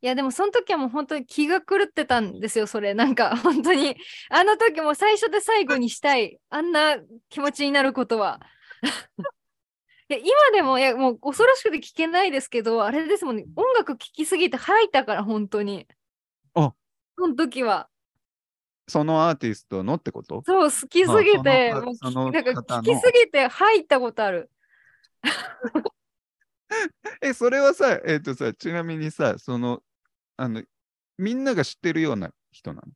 いやでもその時はもう本当に気が狂ってたんですよそれなんか本当にあの時も最初で最後にしたいあんな気持ちになることは。 いや今でもいやもう恐ろしくて聞けないですけどあれですもんね音楽聴きすぎて吐いたから本当に。
あ
その時は。
そのアーティストのってこと
そう好きすぎて
まあ
もう
その
聞きなんか
その方
聞
の
きすぎて吐いたことある。
え、それはさ、えっ、とさ、ちなみにさ、その、あの、みんなが知ってるような人なの。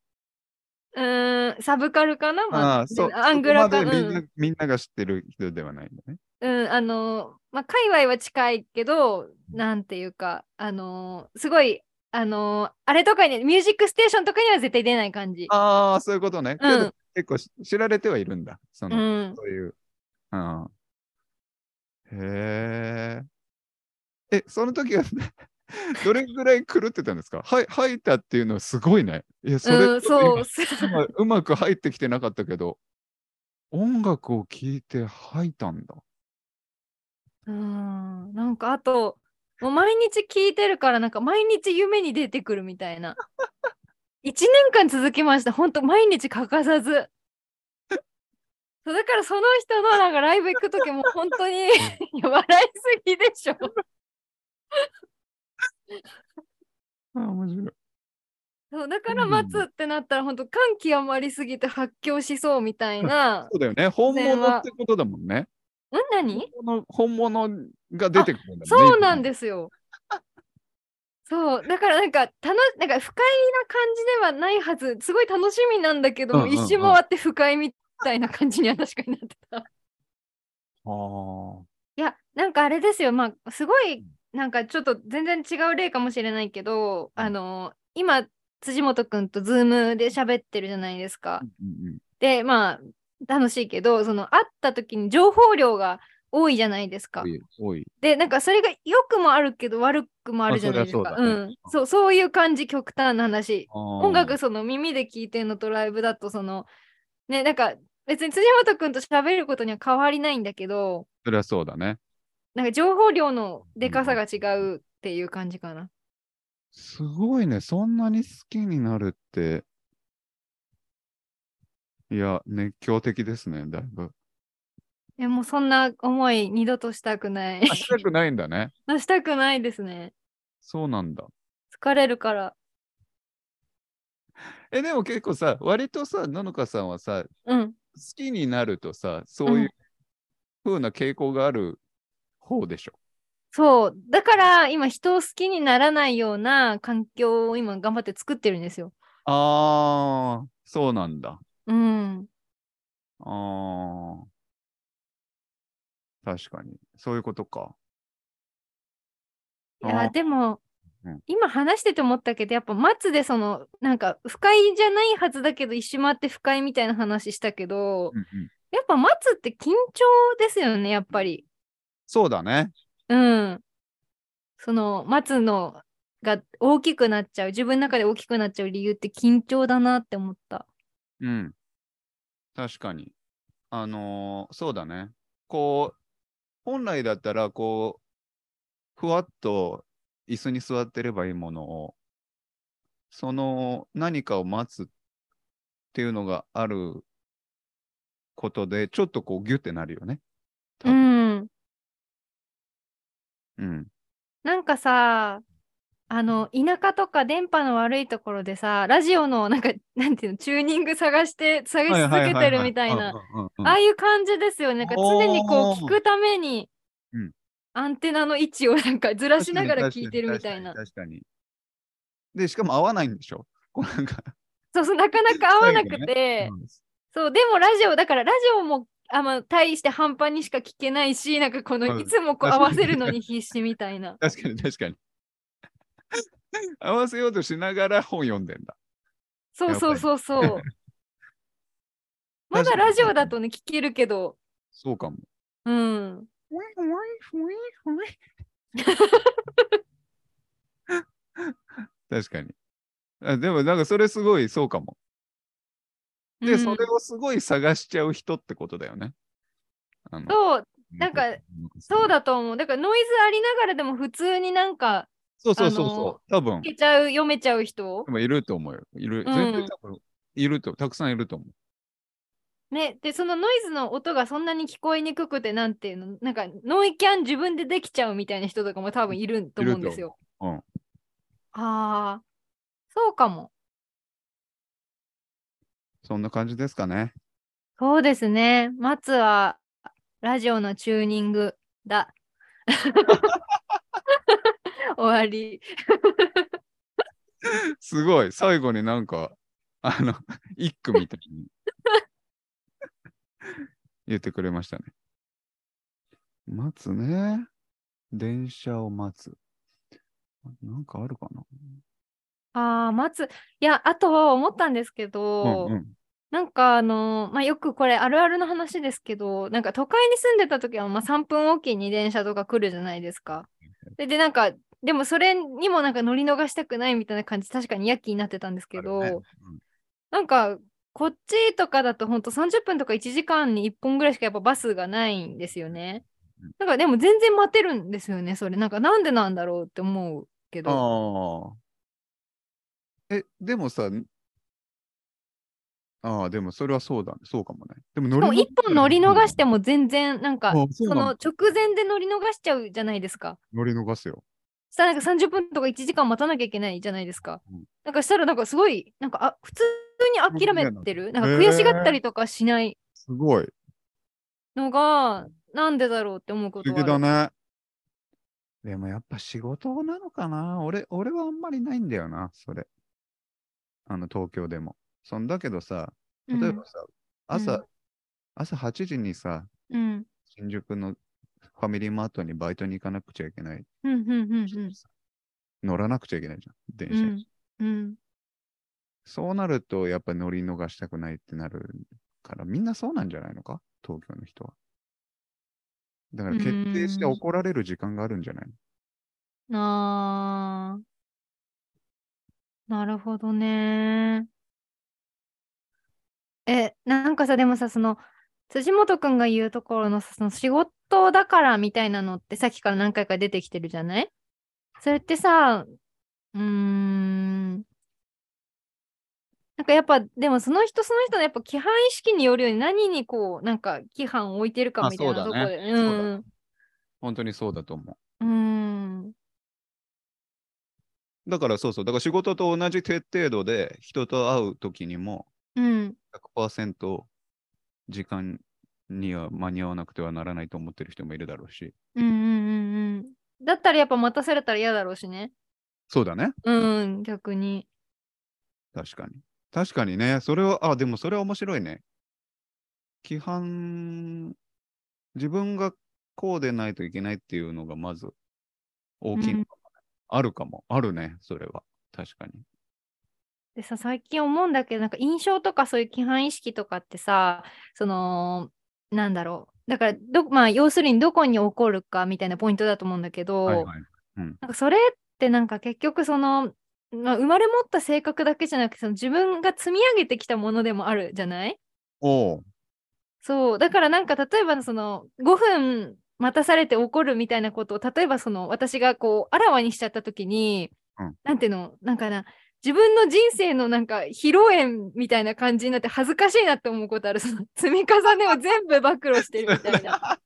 うーん、サブカルかな、まあ、
ああ、そう。
アングラか
そこまでみん
う
な、
ん
みんなが知ってる人ではないんだね。
うん、あの、まあ、界隈は近いけど、なんていうか、あの、すごい、あの、あれとかに、ミュージックステーションとかには絶対出ない感じ。
ああ、そういうことね。
うん
けど結構し知られてはいるんだ。そうの、
ん。
そういう。うん、へえ。え、その時は、 どれぐらい狂ってたんですかはい、入ったっていうのはすごいね。いや、それ、
うん、そう。
今うまく入ってきてなかったけど、音楽を聴いて吐いたんだ。
うん、なんかあと、もう毎日聞いてるから、なんか毎日夢に出てくるみたい な。1年間続きました、ほんと、毎日欠かさず。そうだからその人のなんかライブ行く時も本当にいや笑いすぎでしょ。
あ面白い。
そうだから
うん
待つってなったら本当感極まりすぎて発狂しそうみたい な。
そうだよね。本
然
物ってことだもんね。
ん何
本物本物が出てくるんだもんね。
そうなん
す。
ですよ。 そうだからなんか楽なんか不快な感じではないはずすごい楽しみなんだけども、
うんうんうん
一周回って不快みたいな感じには確かになってた。
あー
いやなんかあれですよまあすごいなんかちょっと全然違う例かもしれないけどあの今辻元くんとズームで喋ってるじゃないですか。
うんうん
でまあ楽しいけどその会った時に情報量が多いじゃないですか
多。い多い。
でなんかそれが良くもあるけど悪くもあるじゃないです
まあ
か。
そりゃそううだね
ん、そうそういう感じ極端な話。
音
音楽その耳で聴いてんのとライブだとそのねなんか別に辻本君と喋ることには変わりないんだけど、
そりゃそうだね。
なんか情報量のでかさが違うっていう感じかな。
すごいね。そんなに好きになるって。いや、熱狂的ですね、だいぶ。
いやもうそんな思い二度としたくない。
あしたくないんだね。
したくないですね。
そうなんだ。
疲れるから。
え、でも結構さ、割とさ、ののかさんはさ、
うん。
好きになるとさ、そういう風な傾向がある方でしょ。
そう。だから今人を好きにならないような環境を今頑張って作ってるんですよ。
ああ、そうなんだ。
うん。
ああ。確かに。そういうことか。
い
あ
や
ー
でも、
うん
今話してて思ったけどやっぱ松でそのなんか不快じゃないはずだけど一周回って不快みたいな話したけど、
うんうん
やっぱ松って緊張ですよねやっぱり。
そうだね。
うん。その松のが大きくなっちゃう自分の中で大きくなっちゃう理由って緊張だなって思った。
うん。確かに。あのーそうだね。こう、本来だったら、こう、ふわっと椅子に座ってればいいものを、その何かを待つっていうのがあることで、ちょっとこう、ギュってなるよね。多
う
分
ん。
うん。
なんかさあの田舎とか電波の悪いところでさラジオのなんかなんていうのチューニング探して探し続けてるみたいな。
うんうんうん
ああいう感じですよね。なんか常にこ
お
う
ー
聞くために
うん
アンテナの位置をなんかずらしながら聞いてるみたいな。
確かに。確かに確かにで、しかも合わないんでしょこうなんか、
そうそう、なかなか合わなくて、
うん
そう、でもラジオ、だからラジオもあま大して半端にしか聞けないし、なんかこ
う
の
ん
いつもこう
確か
合
に
わせるのに必死みたい な。
確かに確かに。合わせようとしながら本読んでんだ。
そうそうそうそう。 まだラジオだとね、聞けるけど、
そうかも。
うん。
確かに。あでもなんかそれすごいそうかも。で、
うん
それをすごい探しちゃう人ってことだよね。あの
そう、なんかそう。だと思う。だからノイズありながらでも普通になんか
そうそうそう
あの
そう。多分
聞けちゃう、読めちゃう人
で。もいると思うよ。いる。
うん
絶対多分いると、たくさんいると思う。
ね、でそのノイズの音がそんなに聞こえにくくてなんていうのなんかノイキャン自分でできちゃうみたいな人とかも多分いると思うんですよ。
いると思う
ああそうかも。
そんな感じですかね。
そうですね。松はラジオのチューニング だ。 終わり。
すごい。最後になんか、あの、 一句みたいに 言ってくれましたね。待つね。電車を待つ。なんかあるかな
ああ松いやあとは思ったんですけど、
うんうん。
なんかあのーまあ、よくこれあるあるの話ですけど、なんか都会に住んでた時はまあ3分おきに電車とか来るじゃないですか。で、でなんか、でもそれにもなんか乗り逃したくないみたいな感じ、確かにヤッキーになってたんですけど、
あるね
なんかこっちとかだとほんと30分とか1時間に1本ぐらいしかやっぱバスがないんですよね
うん。
なんかでも全然待てるんですよね、それ。なんかなんでなんだろうって思うけ
うん
ど。
ああ。え、でもさ、ああ、でもそれはそうだね。そうかもね。でも乗
でも
り
1本乗り逃しても全然なんか、
あそう
そ
な
の
の
直前で乗り逃しちゃうじゃないですか。
乗り逃すよ。
したらなんか30分とか1時間待たなきゃいけないじゃないですか。
うん
なんかしたらなんかすごいなんかあ普通に諦めてるなんか
へー
悔しがったりとかしない
すごい。
のがなんでだろうって思うこと
不思
はあ
議
る
だね。でもやっぱ仕事なのかな俺、俺はあんまりないんだよな、それ。あの、東京でも。そんだけどさ、
う
例
ん
えばさ、朝、
うん
朝8時にさ、
うん
新宿のファミリーマートにバイトに行かなくちゃいけない。
うんうんうん
乗らなくちゃいけないじゃん、電
う
車に。
んうん
そうなると、やっぱ乗り逃したくないってなるから、みんなそうなんじゃないのか東京の人は。だから決定して
うん
怒られる時間があるんじゃないの
うんあーなるほどねええ、なんかさ、でもさ、その、辻元くんが言うところのさ、その仕事だからみたいなのってさっきから何回か出てきてるじゃないそれってさ、うーん、なんかやっぱ、でもその人その人のやっぱ規範意識によるように何にこう、なんか規範を置いてるか
あ
みたいな
そ
と
う
こ
だね
ろで。
そうだね本当にそうだと思
うん。うん。
う。だからそうそう、だから仕事と同じ徹底度で人と会う時にも
うん。
100%時間には間に合わなくてはならないと思ってる人もいるだろうし。
うんうんうんうん。だったらやっぱ待たされたら嫌だろうしね。
そうだね。
うん、逆に。
確かに。確かにね。それは、あ、でもそれは面白いね。規範、自分がこうでないといけないっていうのがまず大きいのかもね、あるかも。あるね。それは。確かに。
でさ、最近思うんだけど、なんか印象とかそういう規範意識とかってさ、その、なんだろう。だからど、まあ、要するにどこに起こるかみたいなポイントだと思うんだけど、
はいはい。
なんかそれってなんか結局その、まあ、生まれ持った性格だけじゃなくてその自分が積み上げてきたものでもあるじゃない
おう
そうだからなんか例えばその5分待たされて怒るみたいなことを例えばその私がこうあらわにしちゃった時に、
うん
なんていうのなんかな自分の人生のなんか披露宴みたいな感じになって恥ずかしいなって思うことあるその積み重ねを全部暴露してるみたい な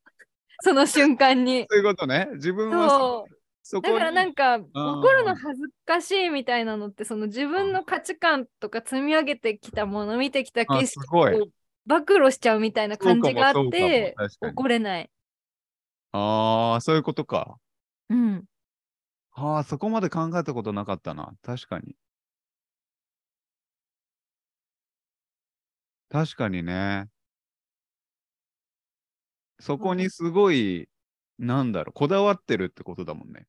その瞬間に。
そういうことね。自分は
そう
そそこ
だ
に
からなんか
あー
怒るの恥ずかしいみたいなのってその自分の価値観とか積み上げてきたもの見てきた
あ
景
す
色
ごい
を暴露しちゃうみたいな感じがあ
そう
っ
かもそう
て
かも確かに
怒れない。
ああ、そういうことか。
うん、
ああ、そこまで考えたことなかったな。確かに。確かにね。そこにすごい、なんだろう、こだわってるってことだもんね。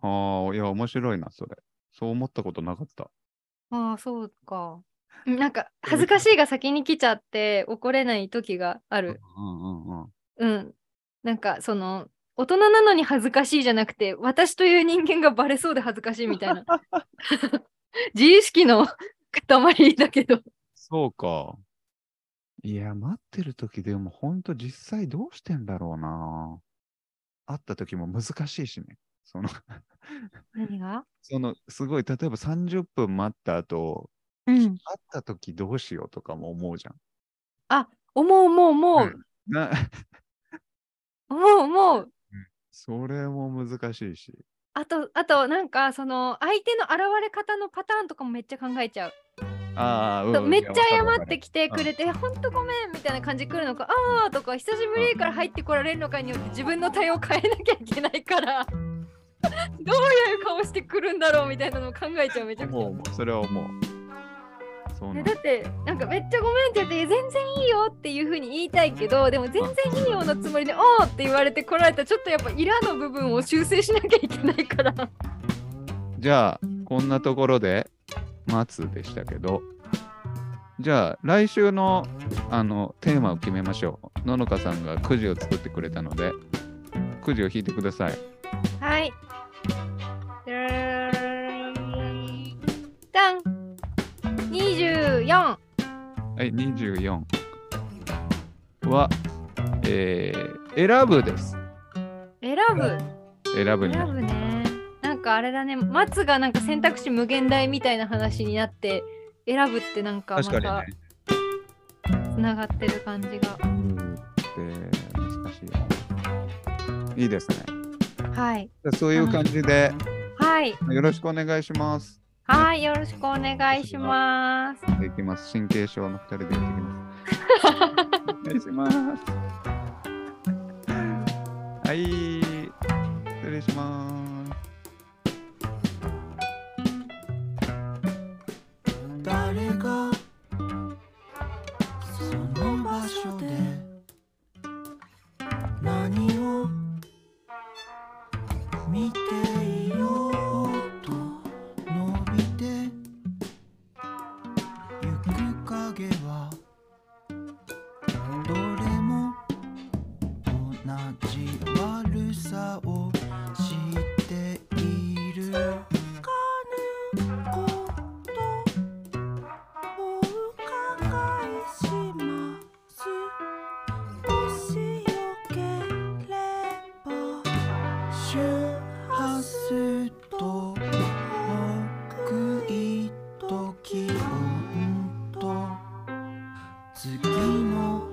ああ、いや、面白いな、それ。そう思ったことなかった。
ああそう か。うんなんか恥ずかしいが先に来ちゃって怒れない時がある。
うんうんうん。
うん。なんかその大人なのに恥ずかしいじゃなくて私という人間がバレそうで恥ずかしいみたい な。自意識の塊だけど。
そうか。いや、待ってる時でも、ほんと実際どうしてんだろうな。会った時も難しいしね。その、
何が
その、すごい、例えば30分待った後、
うん。
会った時どうしようとかも思うじゃん。
思う思う思う。
な
思う思う。
それも難しいし。
あと、あと、なんか、その、相手の現れ方のパターンとかもめっちゃ考えちゃう。
ああ、
そううんめっちゃ
い
謝
やわかるわか
っ
る
てきてくれて、ほんとごめんみたいな感じ来るのか、ああとか、久しぶりから入ってこられるのかによって自分の対応変えなきゃいけないから、どういう顔してくるんだろうみたいなのを考えちゃう、めちゃくち
思う思う、それは思う。そう
ゃ。
な
ね
ん
だって、なんかめっちゃごめんって言って、全然いいよっていうふうに言いたいけど、でも全然いいよのつもりで、おーって言われてこられたら、ちょっとやっぱイラの部分を修正しなきゃいけないから。
じゃあ、こんなところで、待つでしたけど、じゃあ、来週のあのテーマを決めましょう。ののかさんがくじを作ってくれたので、くじを引いてください。
はい。ダン。二十四。
はい、24は、えー、選ぶです。
選ぶ。
選ぶに
選ぶね。なんかあれだね。松がなんか選択肢無限大みたいな話になって。選ぶってなんかま
確かに
た
ね。
つながってる感じが。
うんで難しいよいいですね。じ
はい。
ゃあそういう感じで、
はい。
よろしくお願いします。
はい。よろしくお願いします。
できます。神経症の2人でやっていきます。お願いします。はい。失礼します。
誰がその場所で何を見ていようと伸びてゆく影はどれも同じ悪さを知っているかぬことお伺いしの